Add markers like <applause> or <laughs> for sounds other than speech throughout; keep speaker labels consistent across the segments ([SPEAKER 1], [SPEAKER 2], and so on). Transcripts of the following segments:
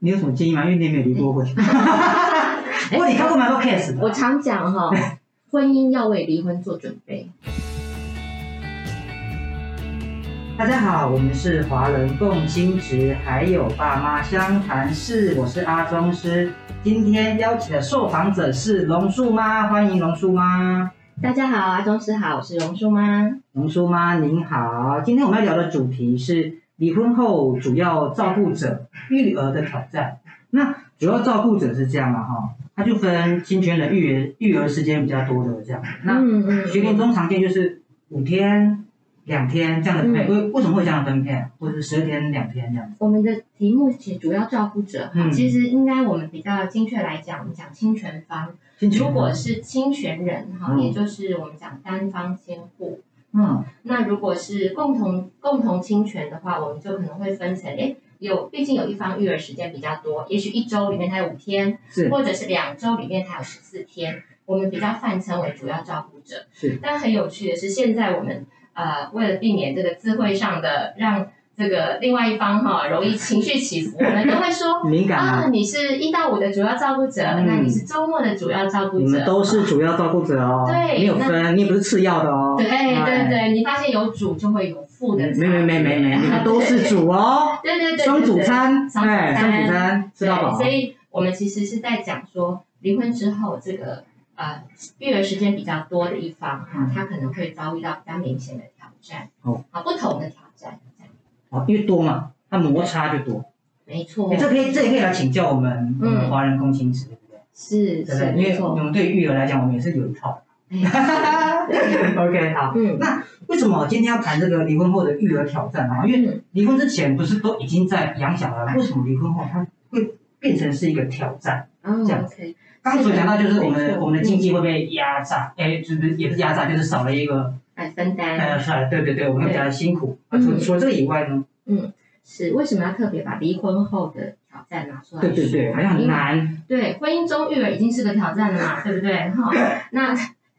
[SPEAKER 1] 没有什么建议吗？因嗯为你也没有离过婚，不过你看过蛮多 case
[SPEAKER 2] 我
[SPEAKER 1] 的。
[SPEAKER 2] 常讲哈、婚姻要为离婚做准备。
[SPEAKER 1] 大家好，我们是华人共亲职，还有爸妈相谈室，我是阿宗师。今天邀请的受访者是龙树妈，欢迎龙树妈。
[SPEAKER 2] 大家好，阿忠师好，我是榕树妈。
[SPEAKER 1] 龙树妈您好，今天我们要聊的主题是离婚后主要照顾者育儿的挑战。那主要照顾者是这样嘛、哈，他就分亲权人育儿育儿时间比较多的这样。那
[SPEAKER 2] 嗯嗯
[SPEAKER 1] 学龄中常见就是五天、两天这样的分配，为、为什么会有这样的分配啊？或者是十二天、两天这样子？
[SPEAKER 2] 我们的题目其实主要照顾者哈，
[SPEAKER 1] 嗯
[SPEAKER 2] 其实应该我们比较精确来讲，我们讲侵权方。
[SPEAKER 1] 进去
[SPEAKER 2] 如果是侵权人哈，
[SPEAKER 1] 嗯
[SPEAKER 2] 也就是我们讲单方监护。
[SPEAKER 1] 嗯
[SPEAKER 2] 那如果是共同共同侵权的话，我们就可能会分成，诶，有毕竟有一方育儿时间比较多，也许一周里面他有五天，
[SPEAKER 1] 是
[SPEAKER 2] 或者是两周里面他有十四天，我们比较泛称为主要照顾者。
[SPEAKER 1] 是
[SPEAKER 2] 但很有趣的是，现在我们呃为了避免这个智慧上的让这个另外一方哈、容易情绪起
[SPEAKER 1] <laughs>
[SPEAKER 2] 伏，我们都会说
[SPEAKER 1] 敏感
[SPEAKER 2] 啊，
[SPEAKER 1] 啊，
[SPEAKER 2] 你是一到五的主要照顾者，
[SPEAKER 1] 嗯
[SPEAKER 2] 那你是周末的主要照顾者，
[SPEAKER 1] 你们都是主要照顾者哦，
[SPEAKER 2] 对
[SPEAKER 1] 没有
[SPEAKER 2] 那
[SPEAKER 1] 分，你也不是次要的哦。
[SPEAKER 2] 对对
[SPEAKER 1] 哎，
[SPEAKER 2] 对，你发现有主就会有副的差别，
[SPEAKER 1] 没没没没没，你们都是主哦，
[SPEAKER 2] 对对对对对，
[SPEAKER 1] 双主餐，
[SPEAKER 2] 双主
[SPEAKER 1] 哎，
[SPEAKER 2] 餐
[SPEAKER 1] 双主餐吃
[SPEAKER 2] 对
[SPEAKER 1] 到饱
[SPEAKER 2] 所，以我们其实是在讲说，离婚之后这个呃育儿时间比较多的一方哈
[SPEAKER 1] 嗯，
[SPEAKER 2] 他可能会遭遇到比较明显的挑战，
[SPEAKER 1] 哦
[SPEAKER 2] 啊，不同的挑战，这样
[SPEAKER 1] 哦，因为多嘛，那摩擦就多。
[SPEAKER 2] 没错
[SPEAKER 1] 哎，，这可以，这也可以来请教我们我们华人共情值，对不对？
[SPEAKER 2] 是
[SPEAKER 1] 对
[SPEAKER 2] 是
[SPEAKER 1] 不对？因
[SPEAKER 2] 没
[SPEAKER 1] 为我
[SPEAKER 2] 错，
[SPEAKER 1] 们对育儿来讲，我们也是有一套。 <laughs>
[SPEAKER 2] 哎
[SPEAKER 1] OK，好。
[SPEAKER 2] 嗯
[SPEAKER 1] 那为什么今天要谈这个离婚后的育儿挑战啊？因为
[SPEAKER 2] 嗯
[SPEAKER 1] 离婚之前不是都已经在养小孩了，为什么离婚后它会变成是一个挑战？
[SPEAKER 2] 哦
[SPEAKER 1] 这样
[SPEAKER 2] ，OK，
[SPEAKER 1] 刚刚所讲到就是我
[SPEAKER 2] 没
[SPEAKER 1] 们
[SPEAKER 2] 错
[SPEAKER 1] 我们的经济会被压榨，哎，就是也不是压榨，就是少了一个
[SPEAKER 2] 来分担
[SPEAKER 1] 呃，是啊对对对，我们比较辛苦。那除
[SPEAKER 2] 嗯
[SPEAKER 1] 除了这个以外呢？
[SPEAKER 2] 是为什么要特别把离婚后的挑战拿出来？
[SPEAKER 1] 对对对，好像很。难。
[SPEAKER 2] 对，婚姻中育儿已经是个挑战了嘛，对不对？哈，那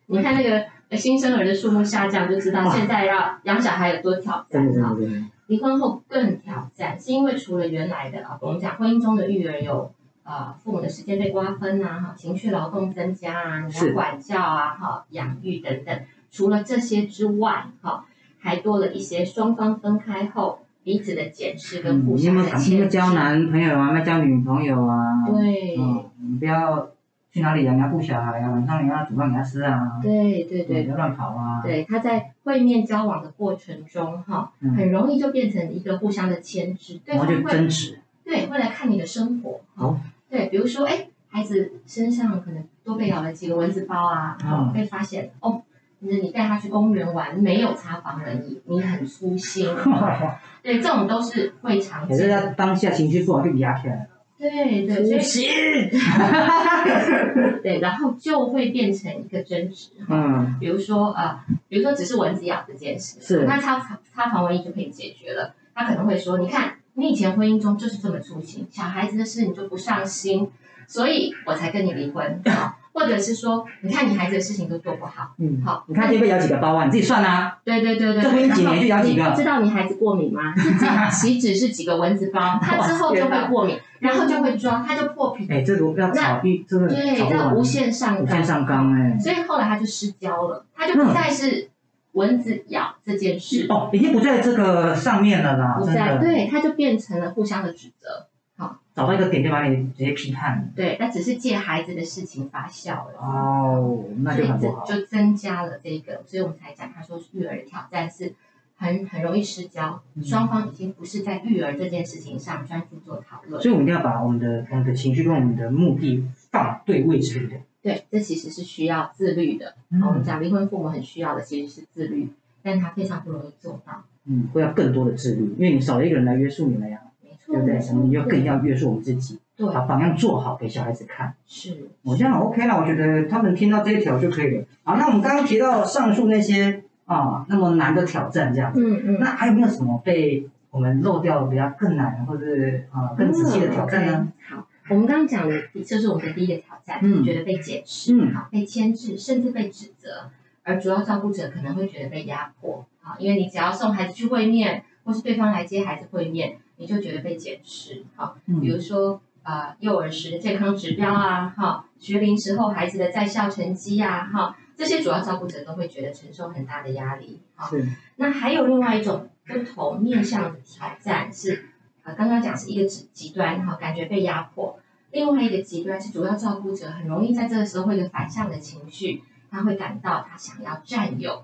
[SPEAKER 2] 你看那个呃新生儿的数目下降，就知道
[SPEAKER 1] 哇
[SPEAKER 2] 现在要养小孩有多挑战哈。
[SPEAKER 1] 对对。
[SPEAKER 2] 离婚后更挑战，是因为除了原来的啊，我们讲婚姻中的育儿有啊、呃父母的时间被瓜分啊，哈，情绪劳动增加啊，你
[SPEAKER 1] 是
[SPEAKER 2] 要管教啊，哈，养育等等。除了这些之外，哈，还多了一些双方分开后彼此的检视跟
[SPEAKER 1] 嗯，
[SPEAKER 2] 互
[SPEAKER 1] 你有
[SPEAKER 2] 相
[SPEAKER 1] 没
[SPEAKER 2] 的
[SPEAKER 1] 有想有没有
[SPEAKER 2] 牵制。
[SPEAKER 1] 交男朋友啊？有没有交女朋友啊？
[SPEAKER 2] 对。
[SPEAKER 1] 嗯，你不要去哪里啊？你要顾小孩啊，晚上你要煮饭给他吃啊，
[SPEAKER 2] 对对对
[SPEAKER 1] 不要乱跑啊。
[SPEAKER 2] 对，他在会面交往的过程中，哈，
[SPEAKER 1] 嗯
[SPEAKER 2] 很容易就变成一个互相的牵制，对
[SPEAKER 1] 然后
[SPEAKER 2] 方
[SPEAKER 1] 就
[SPEAKER 2] 会
[SPEAKER 1] 争执。
[SPEAKER 2] 对会来看你的生活，
[SPEAKER 1] 哦
[SPEAKER 2] 哈，对，比如说，哎，孩子身上可能多被咬了几个蚊子包啊，
[SPEAKER 1] 嗯
[SPEAKER 2] 哦，被发现，哦，那你带他去公园玩，没有擦防蚊液，你很粗心，对，这种都是
[SPEAKER 1] <laughs>
[SPEAKER 2] 会常
[SPEAKER 1] 可是
[SPEAKER 2] 见
[SPEAKER 1] 他
[SPEAKER 2] 的，
[SPEAKER 1] 当下情绪不好就给压起来了。
[SPEAKER 2] 对对，所以
[SPEAKER 1] 行。
[SPEAKER 2] 对，然后就会变成一个争执，
[SPEAKER 1] 嗯，
[SPEAKER 2] 比如说啊、呃比如说只是蚊子咬这件事，
[SPEAKER 1] 是
[SPEAKER 2] 那擦防擦防蚊液就可以解决了。他可能会说，你看你以前婚姻中就是这么粗心，小孩子的事你就不上心，所以我才跟你离婚。啊或者是说，你看你孩子的事情都做不好，
[SPEAKER 1] 嗯
[SPEAKER 2] 好，
[SPEAKER 1] 你看这被咬几个包啊？你自己算啊。
[SPEAKER 2] 对对对对，
[SPEAKER 1] 这婚姻几
[SPEAKER 2] 然后
[SPEAKER 1] 年就养几个
[SPEAKER 2] 你知道你孩子过敏吗？自己岂止是几个蚊子包，他之后就会过敏，然后就会抓，他就破皮，
[SPEAKER 1] 哎，这个要
[SPEAKER 2] 那
[SPEAKER 1] 炒一，这个
[SPEAKER 2] 对，
[SPEAKER 1] 炒不
[SPEAKER 2] 那
[SPEAKER 1] 完
[SPEAKER 2] 无，限上
[SPEAKER 1] 无
[SPEAKER 2] 纲
[SPEAKER 1] 限。上纲哎。
[SPEAKER 2] 所以后来他就失焦了，他就不再是蚊子咬这件事，
[SPEAKER 1] 嗯哦，已经不在这个上面了啦，
[SPEAKER 2] 不
[SPEAKER 1] 真
[SPEAKER 2] 再
[SPEAKER 1] 的。
[SPEAKER 2] 对，他就变成了互相的指责。
[SPEAKER 1] 找到一个点就把你直接批判。
[SPEAKER 2] 对，那只是借孩子的事情发酵了，
[SPEAKER 1] 哦，那
[SPEAKER 2] 所
[SPEAKER 1] 就
[SPEAKER 2] 以
[SPEAKER 1] 很不好。
[SPEAKER 2] 这就增加了这个，所以我们才讲他说育儿的挑战是很很容易失焦，
[SPEAKER 1] 嗯
[SPEAKER 2] 双方已经不是在育儿这件事情上专注做讨论。
[SPEAKER 1] 所以我们一定要把我们的我们的情绪跟我们的目的放对位置，对不对？
[SPEAKER 2] 对，这其实是需要自律的。
[SPEAKER 1] 嗯
[SPEAKER 2] 好我们讲离婚父母很需要的其实是自律，但他非常不容易做到。
[SPEAKER 1] 嗯，会要更多的自律，因为你少了一个人来约束你了呀，
[SPEAKER 2] 没错，
[SPEAKER 1] 对不对
[SPEAKER 2] 没？错
[SPEAKER 1] 我们要更要约束我们自己，
[SPEAKER 2] 对，
[SPEAKER 1] 把榜样做好给小孩子看。
[SPEAKER 2] 是
[SPEAKER 1] 我这样 OK 了，我觉得他们听到这一条就可以了。好，那我们刚刚提到上述那些啊那么难的挑战，这样，
[SPEAKER 2] 嗯
[SPEAKER 1] 那还有没有什么被我们漏掉的比较更难或者是啊更仔细的挑战呢？
[SPEAKER 2] 嗯？OK，好，我们刚刚讲的，这是我们的第一个挑战，
[SPEAKER 1] 嗯
[SPEAKER 2] 觉得被检视，
[SPEAKER 1] 嗯
[SPEAKER 2] 好，被牵制，甚至被指责，而主要照顾者可能会觉得被压迫，好，因为你只要送孩子去会面，或是对方来接孩子会面，你就觉得被检视，好，比
[SPEAKER 1] 嗯
[SPEAKER 2] 如说呃幼儿时的健康指标啊，哈，学龄时候孩子的在校成绩呀、哈，这些主要照顾者都会觉得承受很大的压力，哈。
[SPEAKER 1] 是
[SPEAKER 2] 那还有另外一种不同面向的挑战是，呃，刚刚讲是一个极极端，哈，感觉被压迫；另外一个极端是主要照顾者很容易在这个时候会有反向的情绪，他会感到他想要占有，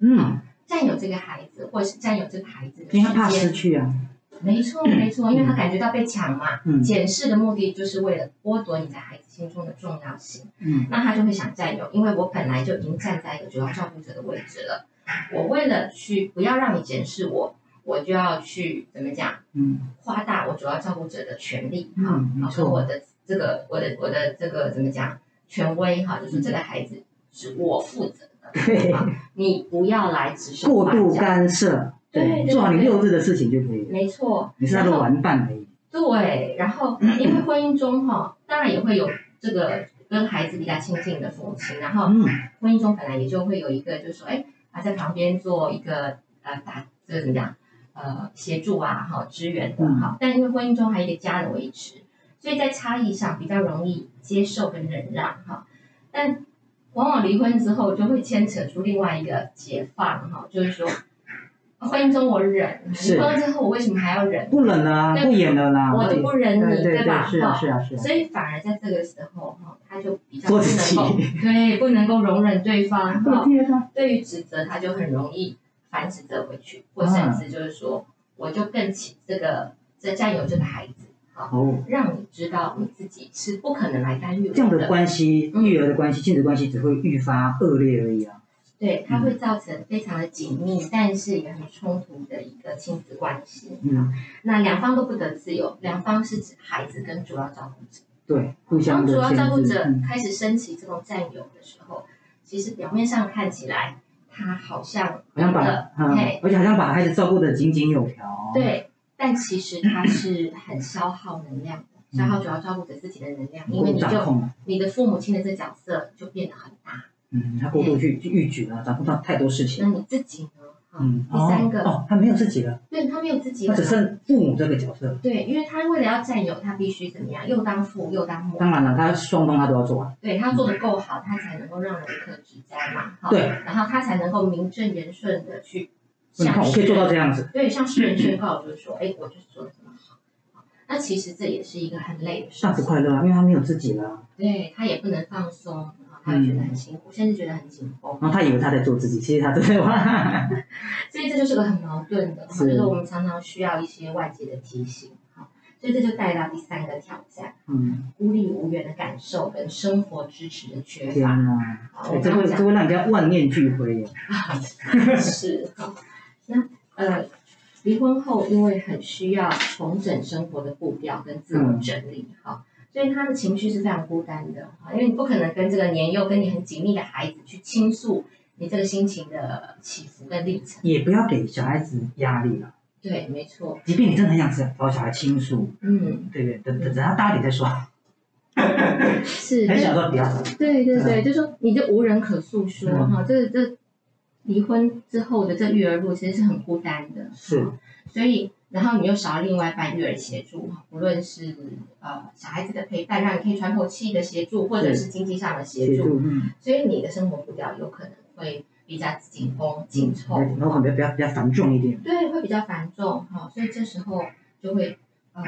[SPEAKER 1] 嗯，
[SPEAKER 2] 占有这个孩子，或是占有这个孩子的
[SPEAKER 1] 因为他怕
[SPEAKER 2] 时
[SPEAKER 1] 失
[SPEAKER 2] 间。
[SPEAKER 1] 去啊，
[SPEAKER 2] 没错，没错，因为他感觉到被抢嘛。
[SPEAKER 1] 嗯
[SPEAKER 2] 检视的目的就是为了剥夺你在孩子心中的重要性。
[SPEAKER 1] 嗯
[SPEAKER 2] 那他就会想占有，因为我本来就已经站在一个主要照顾者的位置了，我为了去不要让你检视我，我就要去怎么讲，
[SPEAKER 1] 嗯
[SPEAKER 2] 夸大我主要照顾者的权利
[SPEAKER 1] 嗯
[SPEAKER 2] 哈，
[SPEAKER 1] 没
[SPEAKER 2] 啊
[SPEAKER 1] 错
[SPEAKER 2] 和我的这个我的我的这个怎么讲权威哈，就是这个孩子是我负责
[SPEAKER 1] 对
[SPEAKER 2] 的，啊你不要来指手
[SPEAKER 1] 过
[SPEAKER 2] 画
[SPEAKER 1] 度
[SPEAKER 2] 脚，
[SPEAKER 1] 干涉，
[SPEAKER 2] 对对对
[SPEAKER 1] 做好你幼稚的事情就可以了，
[SPEAKER 2] 没错，
[SPEAKER 1] 你是他的
[SPEAKER 2] 然后
[SPEAKER 1] 玩伴而已，
[SPEAKER 2] 对，然后因为婚姻中哈，当然也会有这个跟孩子比较亲近的父亲，然后
[SPEAKER 1] 嗯，
[SPEAKER 2] 婚姻中本来也就会有一个，就是说，哎，他在旁边做一个呃打，这个怎么讲，呃，协助啊，哈，支援的
[SPEAKER 1] 嗯
[SPEAKER 2] 哈。但因为婚姻中还有一个家的维持，所以在差异上比较容易接受跟忍让哈。但往往离婚之后就会牵扯出另外一个解放哈，就是说，婚姻中我忍，
[SPEAKER 1] 是
[SPEAKER 2] 离婚之后我为什么还要忍？
[SPEAKER 1] 不冷了啊，
[SPEAKER 2] 对
[SPEAKER 1] 不演了啦，
[SPEAKER 2] 我就不忍
[SPEAKER 1] 对
[SPEAKER 2] 你，
[SPEAKER 1] 对对
[SPEAKER 2] 吧？
[SPEAKER 1] 是啊
[SPEAKER 2] 哈
[SPEAKER 1] 是啊是啊，
[SPEAKER 2] 所以反而在这个时候哈，他就比较不
[SPEAKER 1] 做自
[SPEAKER 2] 能
[SPEAKER 1] 己
[SPEAKER 2] 够对不能够容忍对方哈
[SPEAKER 1] 我。记得他
[SPEAKER 2] <laughs> 对于指责，他就很容易反指责回去，或甚至就是说，我就更起这个这占有这个孩子，啊，
[SPEAKER 1] 哦，
[SPEAKER 2] 让你知道你自己是不可能来干预我
[SPEAKER 1] 这样的关系，
[SPEAKER 2] 嗯
[SPEAKER 1] 育儿的关系，亲子关系只会愈发恶劣而已啊，
[SPEAKER 2] 对，它会造成非常的紧密，但是也很冲突的一个亲子关系。
[SPEAKER 1] 嗯，
[SPEAKER 2] 那两方都不得自由，两方是指孩子跟主要照顾者。
[SPEAKER 1] 对，互相
[SPEAKER 2] 当
[SPEAKER 1] 的
[SPEAKER 2] 主要
[SPEAKER 1] 限
[SPEAKER 2] 照顾
[SPEAKER 1] 制
[SPEAKER 2] 者
[SPEAKER 1] 嗯
[SPEAKER 2] 开始升起这种占有的时候，其实表面上看起来，他好像
[SPEAKER 1] 好像把
[SPEAKER 2] 赢了，
[SPEAKER 1] 嗯
[SPEAKER 2] 呃嘿，嗯
[SPEAKER 1] 而且好像把孩子照顾的井井有条。，
[SPEAKER 2] 对，但其实它是很消耗能量的，消耗主要照顾者自己的能量，因为你
[SPEAKER 1] 嗯掌
[SPEAKER 2] 就
[SPEAKER 1] 控，
[SPEAKER 2] 你的父母亲的这角色就变得很大，
[SPEAKER 1] 嗯，他过度去去预举了，掌控到太多事情
[SPEAKER 2] 那。你自己呢？啊，
[SPEAKER 1] 嗯，
[SPEAKER 2] 第三个
[SPEAKER 1] 哦，哦他没有自己了，
[SPEAKER 2] 对他没有自己
[SPEAKER 1] 他
[SPEAKER 2] 了
[SPEAKER 1] 只，剩父母这个角色。
[SPEAKER 2] 对，因为他为了要占有，他必须怎么样，又当父又当母，
[SPEAKER 1] 当然了，他双方他都要做啊完。
[SPEAKER 2] 对他做的够好，他才能够让人可指摘嘛，哈，
[SPEAKER 1] 对，
[SPEAKER 2] 然后他才能够名正言顺的去
[SPEAKER 1] 你看，
[SPEAKER 2] 向
[SPEAKER 1] 嗯我可以做
[SPEAKER 2] 世
[SPEAKER 1] 到
[SPEAKER 2] 人，
[SPEAKER 1] 这样子。
[SPEAKER 2] 对，向世人宣告，就是说，哎，我就是做的这么好，好那其实这也是一个很累的事
[SPEAKER 1] 那
[SPEAKER 2] 情
[SPEAKER 1] 不。快乐啊，因为他没有自己了，
[SPEAKER 2] 对他也不能放松，然后他也觉得很辛
[SPEAKER 1] 嗯
[SPEAKER 2] 苦，甚至觉得很紧绷，
[SPEAKER 1] 然后他以为他在做自己，其实他都在
[SPEAKER 2] <laughs>
[SPEAKER 1] 玩。
[SPEAKER 2] 所以这就是个很矛盾的，
[SPEAKER 1] 是
[SPEAKER 2] 就是我们常常需要一些外界的提醒，哈，所以这就带到第三个挑战：
[SPEAKER 1] 嗯，
[SPEAKER 2] 孤立无援的感受跟生活支持的缺
[SPEAKER 1] 天
[SPEAKER 2] 乏。
[SPEAKER 1] 哪，
[SPEAKER 2] 好，
[SPEAKER 1] 哎
[SPEAKER 2] 我
[SPEAKER 1] 这
[SPEAKER 2] 刚
[SPEAKER 1] 会
[SPEAKER 2] 刚
[SPEAKER 1] 这
[SPEAKER 2] 讲
[SPEAKER 1] 会让人家万念俱灰耶。
[SPEAKER 2] 的 <laughs> 是，哈，那呃，离婚后因为很需要重整生活的步调跟自我整理，哈、所以他的情绪是非常孤单的，哈，因为你不可能跟这个年幼、跟你很紧密的孩子去倾诉你这个心情的起伏跟历程。
[SPEAKER 1] 也不要给小孩子压力啊了，
[SPEAKER 2] 对，没错，
[SPEAKER 1] 即便你真的很想找小孩倾诉，
[SPEAKER 2] 嗯，
[SPEAKER 1] 对不对？等等等他大一点再说，
[SPEAKER 2] 是，
[SPEAKER 1] 很小的
[SPEAKER 2] 对
[SPEAKER 1] 时候不要。
[SPEAKER 2] 对对
[SPEAKER 1] 对
[SPEAKER 2] 对，就说你就无人可诉说
[SPEAKER 1] 嗯
[SPEAKER 2] 哈，这这离婚之后的这育儿路其实是很孤单的，
[SPEAKER 1] 是，
[SPEAKER 2] 所以然后你又少了另外一半育儿协助，哈不论是呃小孩子的陪伴，让你可以喘口气的协助，或者是经济上的协
[SPEAKER 1] 协
[SPEAKER 2] 助，
[SPEAKER 1] 助，嗯，
[SPEAKER 2] 所以你的生活步调有可能会比较紧绷紧凑，
[SPEAKER 1] 然后可能比较比较繁重一点，
[SPEAKER 2] 对，会比较繁重哈、所以这时候就会呃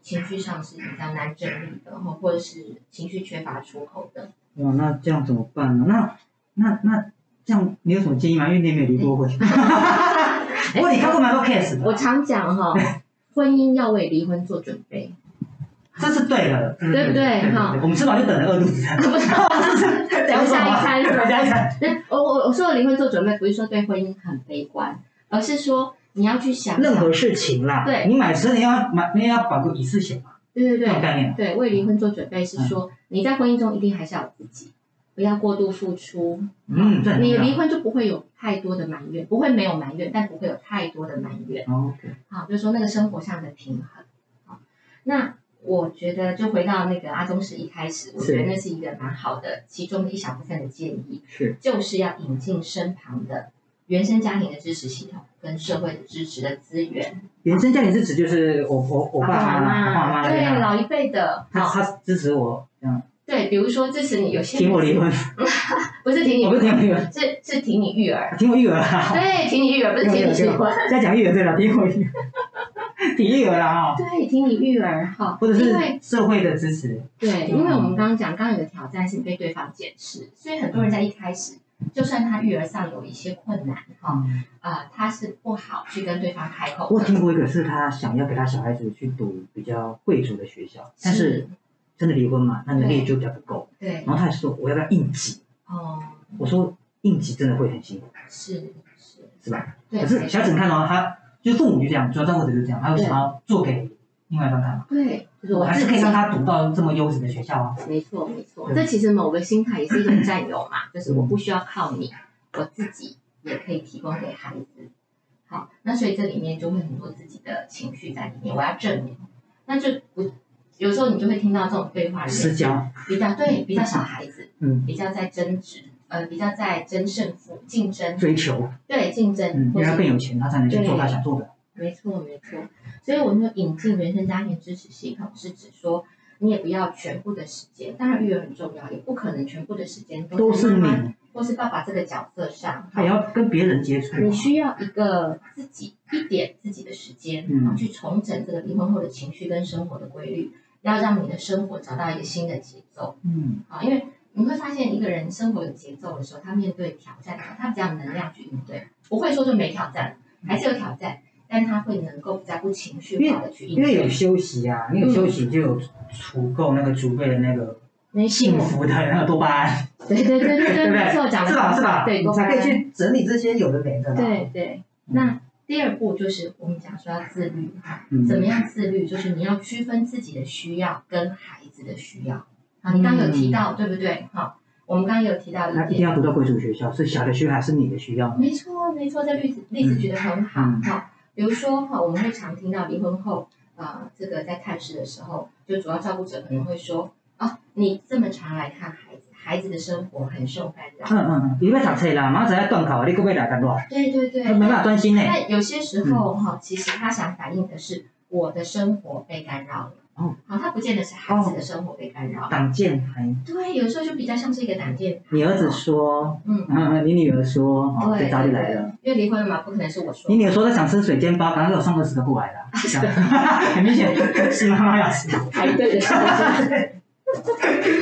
[SPEAKER 2] 情绪上是比较难整理的，哈，或者是情绪缺乏出口的。
[SPEAKER 1] 哇，哦那这样怎么办呢？那那那这样你有什么建议吗？因为你也没有离过
[SPEAKER 2] <laughs>
[SPEAKER 1] 婚，不过你看过蛮多 case
[SPEAKER 2] 我
[SPEAKER 1] 的，
[SPEAKER 2] 常讲 <laughs> 哈、婚姻要为离婚做准备，
[SPEAKER 1] 这是对的，这是
[SPEAKER 2] 对不
[SPEAKER 1] 的
[SPEAKER 2] 对
[SPEAKER 1] 对
[SPEAKER 2] 哈
[SPEAKER 1] 对我们吃饱就等着饿肚子，
[SPEAKER 2] <laughs> 不是？ <laughs>
[SPEAKER 1] 等 <laughs>
[SPEAKER 2] 下一餐是吧
[SPEAKER 1] 下一餐，
[SPEAKER 2] 那我我我说的离婚做准备，不是说对婚姻很悲观，而是说你要去想
[SPEAKER 1] 任何事情啦，
[SPEAKER 2] 对
[SPEAKER 1] 你买车你要买，你要保护一次险嘛，
[SPEAKER 2] 对对
[SPEAKER 1] 这种
[SPEAKER 2] 对
[SPEAKER 1] 概念，
[SPEAKER 2] 对为离婚做准备是
[SPEAKER 1] 嗯
[SPEAKER 2] 说你在婚姻中一定还是要有自己，不要过度付出，啊
[SPEAKER 1] 嗯，这很重
[SPEAKER 2] 你
[SPEAKER 1] 要
[SPEAKER 2] 离婚就不会有太多的埋怨，不会没有埋怨，但不会有太多的埋怨。
[SPEAKER 1] 哦，OK，
[SPEAKER 2] 好，就是说那个生活上的平衡。好，那我觉得就回到那个阿宗师一开始，我觉得那是一个蛮好的，其中的一小部分的建议，
[SPEAKER 1] 是
[SPEAKER 2] 就是要引进身旁的原生家庭的支持系统跟社会的支持的资源，
[SPEAKER 1] 原生家庭是指就是我我我爸妈
[SPEAKER 3] 爸
[SPEAKER 1] 妈
[SPEAKER 3] 妈
[SPEAKER 1] 爸妈那
[SPEAKER 2] 对
[SPEAKER 1] 边啊，
[SPEAKER 2] 老一辈的，
[SPEAKER 1] 他
[SPEAKER 2] 好
[SPEAKER 1] 他支持我这样，
[SPEAKER 2] 对，比如说支持你有些
[SPEAKER 1] 挺我离婚，
[SPEAKER 2] 不是挺你，
[SPEAKER 1] 我不是挺我离婚，
[SPEAKER 2] 是是挺你育儿，
[SPEAKER 1] 挺我育儿啦，
[SPEAKER 2] 对，挺你育儿不是挺你
[SPEAKER 1] 对
[SPEAKER 2] 结
[SPEAKER 1] 对
[SPEAKER 2] 婚，
[SPEAKER 1] 在讲育儿对了，挺我育儿，挺育儿啦哈，
[SPEAKER 2] 对，挺你育儿哈，
[SPEAKER 1] 啊或者
[SPEAKER 2] 因
[SPEAKER 1] 是嗯
[SPEAKER 2] 为
[SPEAKER 1] 社会的支持，
[SPEAKER 2] 对，因为我们刚刚讲，刚刚有个挑战是被对方检视，所以很多人在一开始，就算他育儿上有一些困难哈，
[SPEAKER 1] 嗯，
[SPEAKER 2] 呃，他是不好去跟对方开口
[SPEAKER 1] 我
[SPEAKER 2] 的，
[SPEAKER 1] 听过一个是他想要给他小孩子去读比较贵族的学校，但是
[SPEAKER 2] 是，
[SPEAKER 1] 真的离婚嘛，那能力就比较不够，
[SPEAKER 2] 对，
[SPEAKER 1] 然后他还说我要不要应急，
[SPEAKER 2] 哦，
[SPEAKER 1] 我说应急真的会很辛苦，
[SPEAKER 2] 是是，
[SPEAKER 1] 是吧？
[SPEAKER 2] 对，
[SPEAKER 1] 可是
[SPEAKER 2] 没
[SPEAKER 1] 小
[SPEAKER 2] 错
[SPEAKER 1] 沈看哦，他就是父母就这样，主要照顾者就这样，他会想要做给另外一半看嘛。
[SPEAKER 3] 对，就是
[SPEAKER 1] 我
[SPEAKER 3] 我
[SPEAKER 1] 还
[SPEAKER 3] 自
[SPEAKER 1] 是可以
[SPEAKER 3] 己
[SPEAKER 1] 让他读到这么优质的学校啊。
[SPEAKER 3] 没错，没错，
[SPEAKER 1] 对
[SPEAKER 3] 这其实某个心态也是一种占有嘛，就是
[SPEAKER 1] 嗯
[SPEAKER 3] 我不需要靠你，我自己也可以提供给孩子。
[SPEAKER 2] 好，那所以这里面就会很多自己的情绪在里面，我要证明，那就不，有时候你就会听到这种对话里
[SPEAKER 1] 私
[SPEAKER 2] 面
[SPEAKER 1] 交，
[SPEAKER 2] 比较对比较小孩子，
[SPEAKER 1] 嗯，
[SPEAKER 2] 比较在争执，呃，比较在争胜负竞争，
[SPEAKER 1] 追求，
[SPEAKER 2] 对竞争
[SPEAKER 1] 嗯，因
[SPEAKER 2] 或
[SPEAKER 1] 为
[SPEAKER 2] 者
[SPEAKER 1] 他更有钱，他才能去做
[SPEAKER 2] 对
[SPEAKER 1] 他想做的。
[SPEAKER 2] 没错，没错。所以我们说引进原生家庭支持系统，是指说你也不要全部的时间，当然育儿很重要，也不可能全部的时间
[SPEAKER 1] 都
[SPEAKER 2] 在
[SPEAKER 1] 是
[SPEAKER 2] 妈妈
[SPEAKER 1] 你，
[SPEAKER 2] 或是爸爸这个角色上。
[SPEAKER 1] 他也要跟别人接触。
[SPEAKER 2] 你需要一个自己一点自己的时间，
[SPEAKER 1] 嗯
[SPEAKER 2] 然后去重整这个离婚后的情绪跟生活的规律，要让你的生活找到一个新的节奏
[SPEAKER 1] 嗯，
[SPEAKER 2] 啊！因为你会发现，一个人生活有节奏的时候，他面对挑战，他比较有能量去应对。不会说就没挑战，还是有挑战，但他会能够比较不情绪化的去应
[SPEAKER 1] 因为有
[SPEAKER 2] 对。
[SPEAKER 1] 休息啊，你有休息就有足够那个足够的那个
[SPEAKER 2] 没
[SPEAKER 1] 幸福的那个多巴 <laughs> 胺，
[SPEAKER 2] 对对对 <laughs>
[SPEAKER 1] <laughs>
[SPEAKER 2] 对
[SPEAKER 1] 对
[SPEAKER 2] 对，
[SPEAKER 1] 不对
[SPEAKER 2] 没错，讲的
[SPEAKER 1] 是吧？是吧？
[SPEAKER 2] 对，
[SPEAKER 1] 你
[SPEAKER 2] 多巴
[SPEAKER 1] 才可以
[SPEAKER 2] 胺。
[SPEAKER 1] 去嗯整理这些有的没的啦。
[SPEAKER 2] 对对，那第二步就是我们讲说要自律，
[SPEAKER 1] 嗯，
[SPEAKER 2] 怎么样自律？就是你要区分自己的需要跟孩子的需要。好，你刚刚有提到，对不对？好，我们刚刚有提到
[SPEAKER 1] 嗯那
[SPEAKER 2] 一
[SPEAKER 1] 一定
[SPEAKER 2] 点，
[SPEAKER 1] 要读到贵族学校，是小的需要还是你的需要呢？
[SPEAKER 2] 没错没错，这例子例子举得很好
[SPEAKER 1] 嗯
[SPEAKER 2] 哈。比如说哈，我们会常听到离婚后，呃，这个在探视的时候，就主要照顾者可能会
[SPEAKER 1] 嗯
[SPEAKER 2] 说，啊，你这么常来看孩子，孩子的生活很受干扰。
[SPEAKER 1] 嗯嗯嗯，你要读册啦，明仔载断考，啊你搁要来干偌？
[SPEAKER 2] 对对对
[SPEAKER 1] 他，没办法嗯专心呢。
[SPEAKER 2] 但有些时候哈，其实他想反映的是我的生活被干扰了。
[SPEAKER 1] 哦，
[SPEAKER 2] 好，他不见得是孩子的生活被干扰。
[SPEAKER 1] 党建还，
[SPEAKER 2] 对，有时候就比较像是一个胆店。
[SPEAKER 1] 你儿子说，
[SPEAKER 2] 嗯，
[SPEAKER 1] 嗯嗯，你女儿说，哦，
[SPEAKER 2] 对，
[SPEAKER 1] 就找你来了。
[SPEAKER 2] 因为离婚了嘛，不可能是我说
[SPEAKER 1] 你。女儿说她想吃水煎包，赶快给我送二十个过来啦！这样 <laughs> 很明显是妈妈要吃。
[SPEAKER 2] 哎
[SPEAKER 3] 排队的时候是，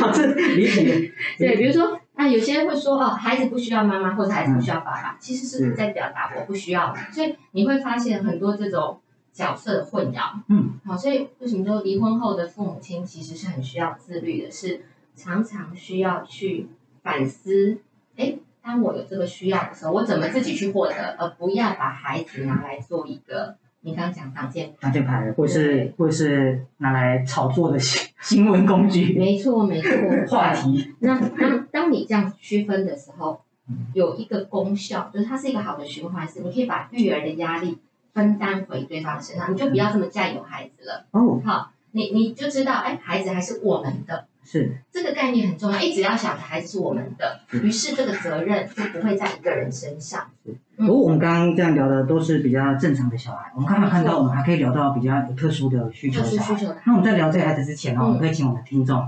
[SPEAKER 1] 好，这理解。
[SPEAKER 2] 对，比如说，那有些人会说哦，孩子不需要妈妈，或者孩子不需要爸爸，其实是
[SPEAKER 1] 嗯
[SPEAKER 2] 在表达我不需要你。所以你会发现很多这种角色的混淆。
[SPEAKER 1] 嗯，
[SPEAKER 2] 好，所以为什么说离婚后的父母亲其实是很需要自律的，是常常需要去反思，哎，当我有这个需要的时候，我怎么自己去获得，而不要把孩子拿来做一个你刚刚讲挡箭
[SPEAKER 1] 挡箭牌，或是或是拿来炒作的新新闻工
[SPEAKER 2] <laughs>
[SPEAKER 1] 具、。
[SPEAKER 2] 没错，没错
[SPEAKER 1] 话题。
[SPEAKER 2] 那当当你这样区分的时候，有一个功效，就是它是一个好的循环，是你可以把育儿的压力分担回对方身上，你就不要这么占有孩子了。
[SPEAKER 1] 哦，
[SPEAKER 2] 好，你你就知道，哎，孩子还是我们的，
[SPEAKER 1] 是
[SPEAKER 2] 这个概念很重要。哎，只要小的孩子是我们的，于是这个责任就不会在一个人身上。
[SPEAKER 1] 不过我们刚刚这样聊的都是比较正常的小孩，我们刚刚看
[SPEAKER 2] 没
[SPEAKER 1] 到
[SPEAKER 2] 错
[SPEAKER 1] 我们还可以聊到比较有特殊的需求
[SPEAKER 2] 特
[SPEAKER 1] 的
[SPEAKER 2] 殊
[SPEAKER 1] 小孩。
[SPEAKER 2] 需求的孩
[SPEAKER 1] 那我们在聊这个孩子之前哦，
[SPEAKER 2] 嗯
[SPEAKER 1] 我们可以请我们的听众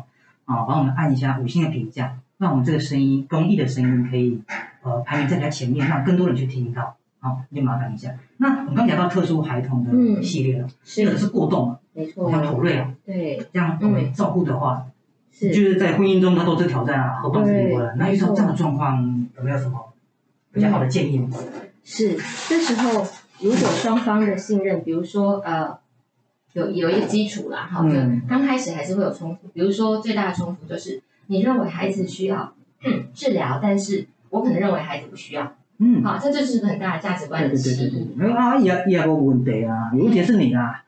[SPEAKER 1] 啊，帮我们按一下五星的评价，让我们这个声音公益的声音可以呃排名在比较前面，让更多人去听到。好，就麻烦一下。那我们刚讲到特殊孩童的
[SPEAKER 3] 嗯
[SPEAKER 1] 系列了，
[SPEAKER 2] 子
[SPEAKER 1] 这个是过动，
[SPEAKER 2] 没错，哦
[SPEAKER 1] 像妥瑞啊，
[SPEAKER 3] 对，。
[SPEAKER 1] 这样
[SPEAKER 2] 嗯
[SPEAKER 1] 我们照顾的话，就是是在婚姻中它都是挑战啊，何况是离婚了。那遇到这样的状况，有没有什么比较好的建议吗？
[SPEAKER 3] 是，
[SPEAKER 2] 这时候如果双方的信任，比如说呃，有有一个基础啦，哈，就
[SPEAKER 1] 嗯
[SPEAKER 2] 刚开始还是会有冲突。比如说最大的冲突就是你认为孩子需要嗯治疗，但是我可能认为孩子不需要，
[SPEAKER 1] 嗯，
[SPEAKER 2] 好，这就是一个很大的价值观
[SPEAKER 1] 对
[SPEAKER 2] 的
[SPEAKER 1] 对对对
[SPEAKER 2] 歧
[SPEAKER 1] 对
[SPEAKER 2] 义。，
[SPEAKER 1] 没有啊，也也有问题啊，有问题是你啊，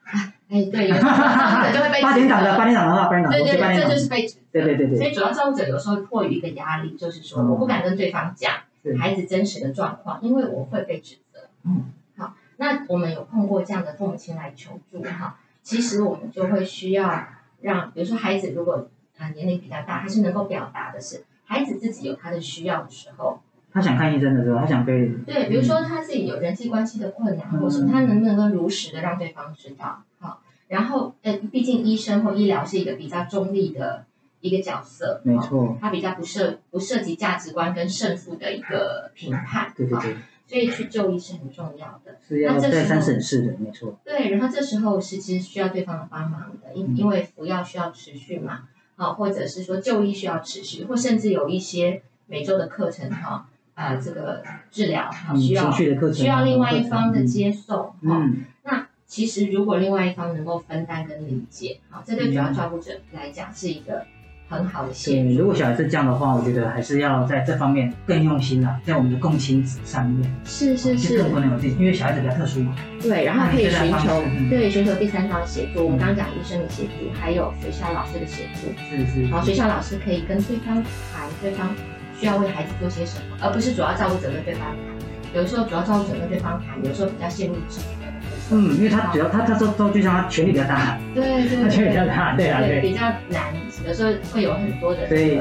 [SPEAKER 2] 哎，
[SPEAKER 1] <laughs>
[SPEAKER 2] 对，有时候这个就会被指责
[SPEAKER 1] 八点档的八点档的话，八点档
[SPEAKER 2] 对
[SPEAKER 1] 我
[SPEAKER 2] 对
[SPEAKER 1] 是八
[SPEAKER 2] 对，
[SPEAKER 1] 点
[SPEAKER 2] 这
[SPEAKER 1] 档
[SPEAKER 2] 就，是被指责。
[SPEAKER 1] 对对对对
[SPEAKER 2] 所。以主要照顾者有时候迫于一个压力，就是说
[SPEAKER 1] 嗯
[SPEAKER 2] 我不敢跟对方讲
[SPEAKER 1] 是
[SPEAKER 2] 孩子真实的状况，因为我会被指责。
[SPEAKER 1] 嗯，
[SPEAKER 2] 好，那我们有碰过这样的父母亲来求助哈，其实我们就会需要让，比如说孩子如果啊、呃年龄比较大，还是能够表达的是孩子自己有他的需要的时候，
[SPEAKER 1] 他想看医生的时候，他想被
[SPEAKER 2] 对，比如说他自己有人际关系的困扰
[SPEAKER 1] 嗯
[SPEAKER 2] 或什么，他能不能够如实的让对方知道？好，然后呃，毕竟医生或医疗是一个比较中立的一个角色，
[SPEAKER 1] 没
[SPEAKER 2] 好，
[SPEAKER 1] 错，
[SPEAKER 2] 它比较不涉不涉及价值观跟胜负的一个评判，
[SPEAKER 1] 嗯对对
[SPEAKER 2] 好
[SPEAKER 1] 对，
[SPEAKER 2] 所以去就医是很重要的。
[SPEAKER 1] 是要
[SPEAKER 2] 啊那这时
[SPEAKER 1] 再
[SPEAKER 2] 候
[SPEAKER 1] 三审视的，没错，
[SPEAKER 2] 对，然后这时候是其实需要对方的帮忙的，因
[SPEAKER 1] 嗯
[SPEAKER 2] 因为服药需要持续嘛，啊，或者是说就医需要持续，或甚至有一些每周的课程哈，啊，这个治疗哈
[SPEAKER 1] 嗯，
[SPEAKER 2] 需要
[SPEAKER 1] 情绪的课程
[SPEAKER 2] 需要另外一方的
[SPEAKER 1] 嗯
[SPEAKER 2] 接送哈。
[SPEAKER 1] 嗯，
[SPEAKER 2] 那其实如果另外一方能够分担跟理解，好，这对主要照顾者来讲是一个很好的
[SPEAKER 1] 嗯
[SPEAKER 2] 协
[SPEAKER 1] 对，
[SPEAKER 2] 助。
[SPEAKER 1] 如果小孩是这样的话，我觉得还是要在这方面更用心啦，在我们的共情值上面，
[SPEAKER 2] 是是
[SPEAKER 1] 就是更，不能有这，因为小孩子比较特殊嘛，
[SPEAKER 2] 对，然后可以寻求
[SPEAKER 1] 嗯
[SPEAKER 2] 对寻求第三方的协助，我们刚刚讲医生的协助，还有学校老师的协助。
[SPEAKER 1] 是是，
[SPEAKER 2] 然后学校老师可以跟对方谈对方需要为孩子做些什么，而不是主要照顾者跟对方谈。有时候主要照顾者跟对方谈，有时候比较陷入指责的部分。
[SPEAKER 1] 嗯，因为他只要他他说都就像他权力比较大，
[SPEAKER 2] 对对
[SPEAKER 1] 他权力
[SPEAKER 2] 对
[SPEAKER 1] 比较大， <laughs> 对啊对，
[SPEAKER 2] 比较难，有时候会有很多的
[SPEAKER 1] 所以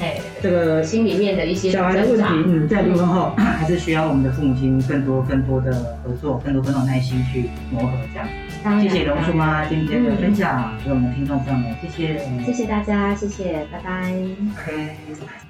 [SPEAKER 2] 哎
[SPEAKER 1] 这个
[SPEAKER 2] 心里面的一些
[SPEAKER 1] 小孩的问
[SPEAKER 2] 挣
[SPEAKER 1] 题
[SPEAKER 2] 扎，
[SPEAKER 1] 嗯，在离婚后还是需要我们的父母亲更多更多的合作，更多更多耐心去磨合这样。
[SPEAKER 2] 当然
[SPEAKER 1] 谢谢龙叔妈今天的分享，给我们听众朋友们，谢谢。
[SPEAKER 2] 谢谢大家，谢谢，拜拜。
[SPEAKER 1] OK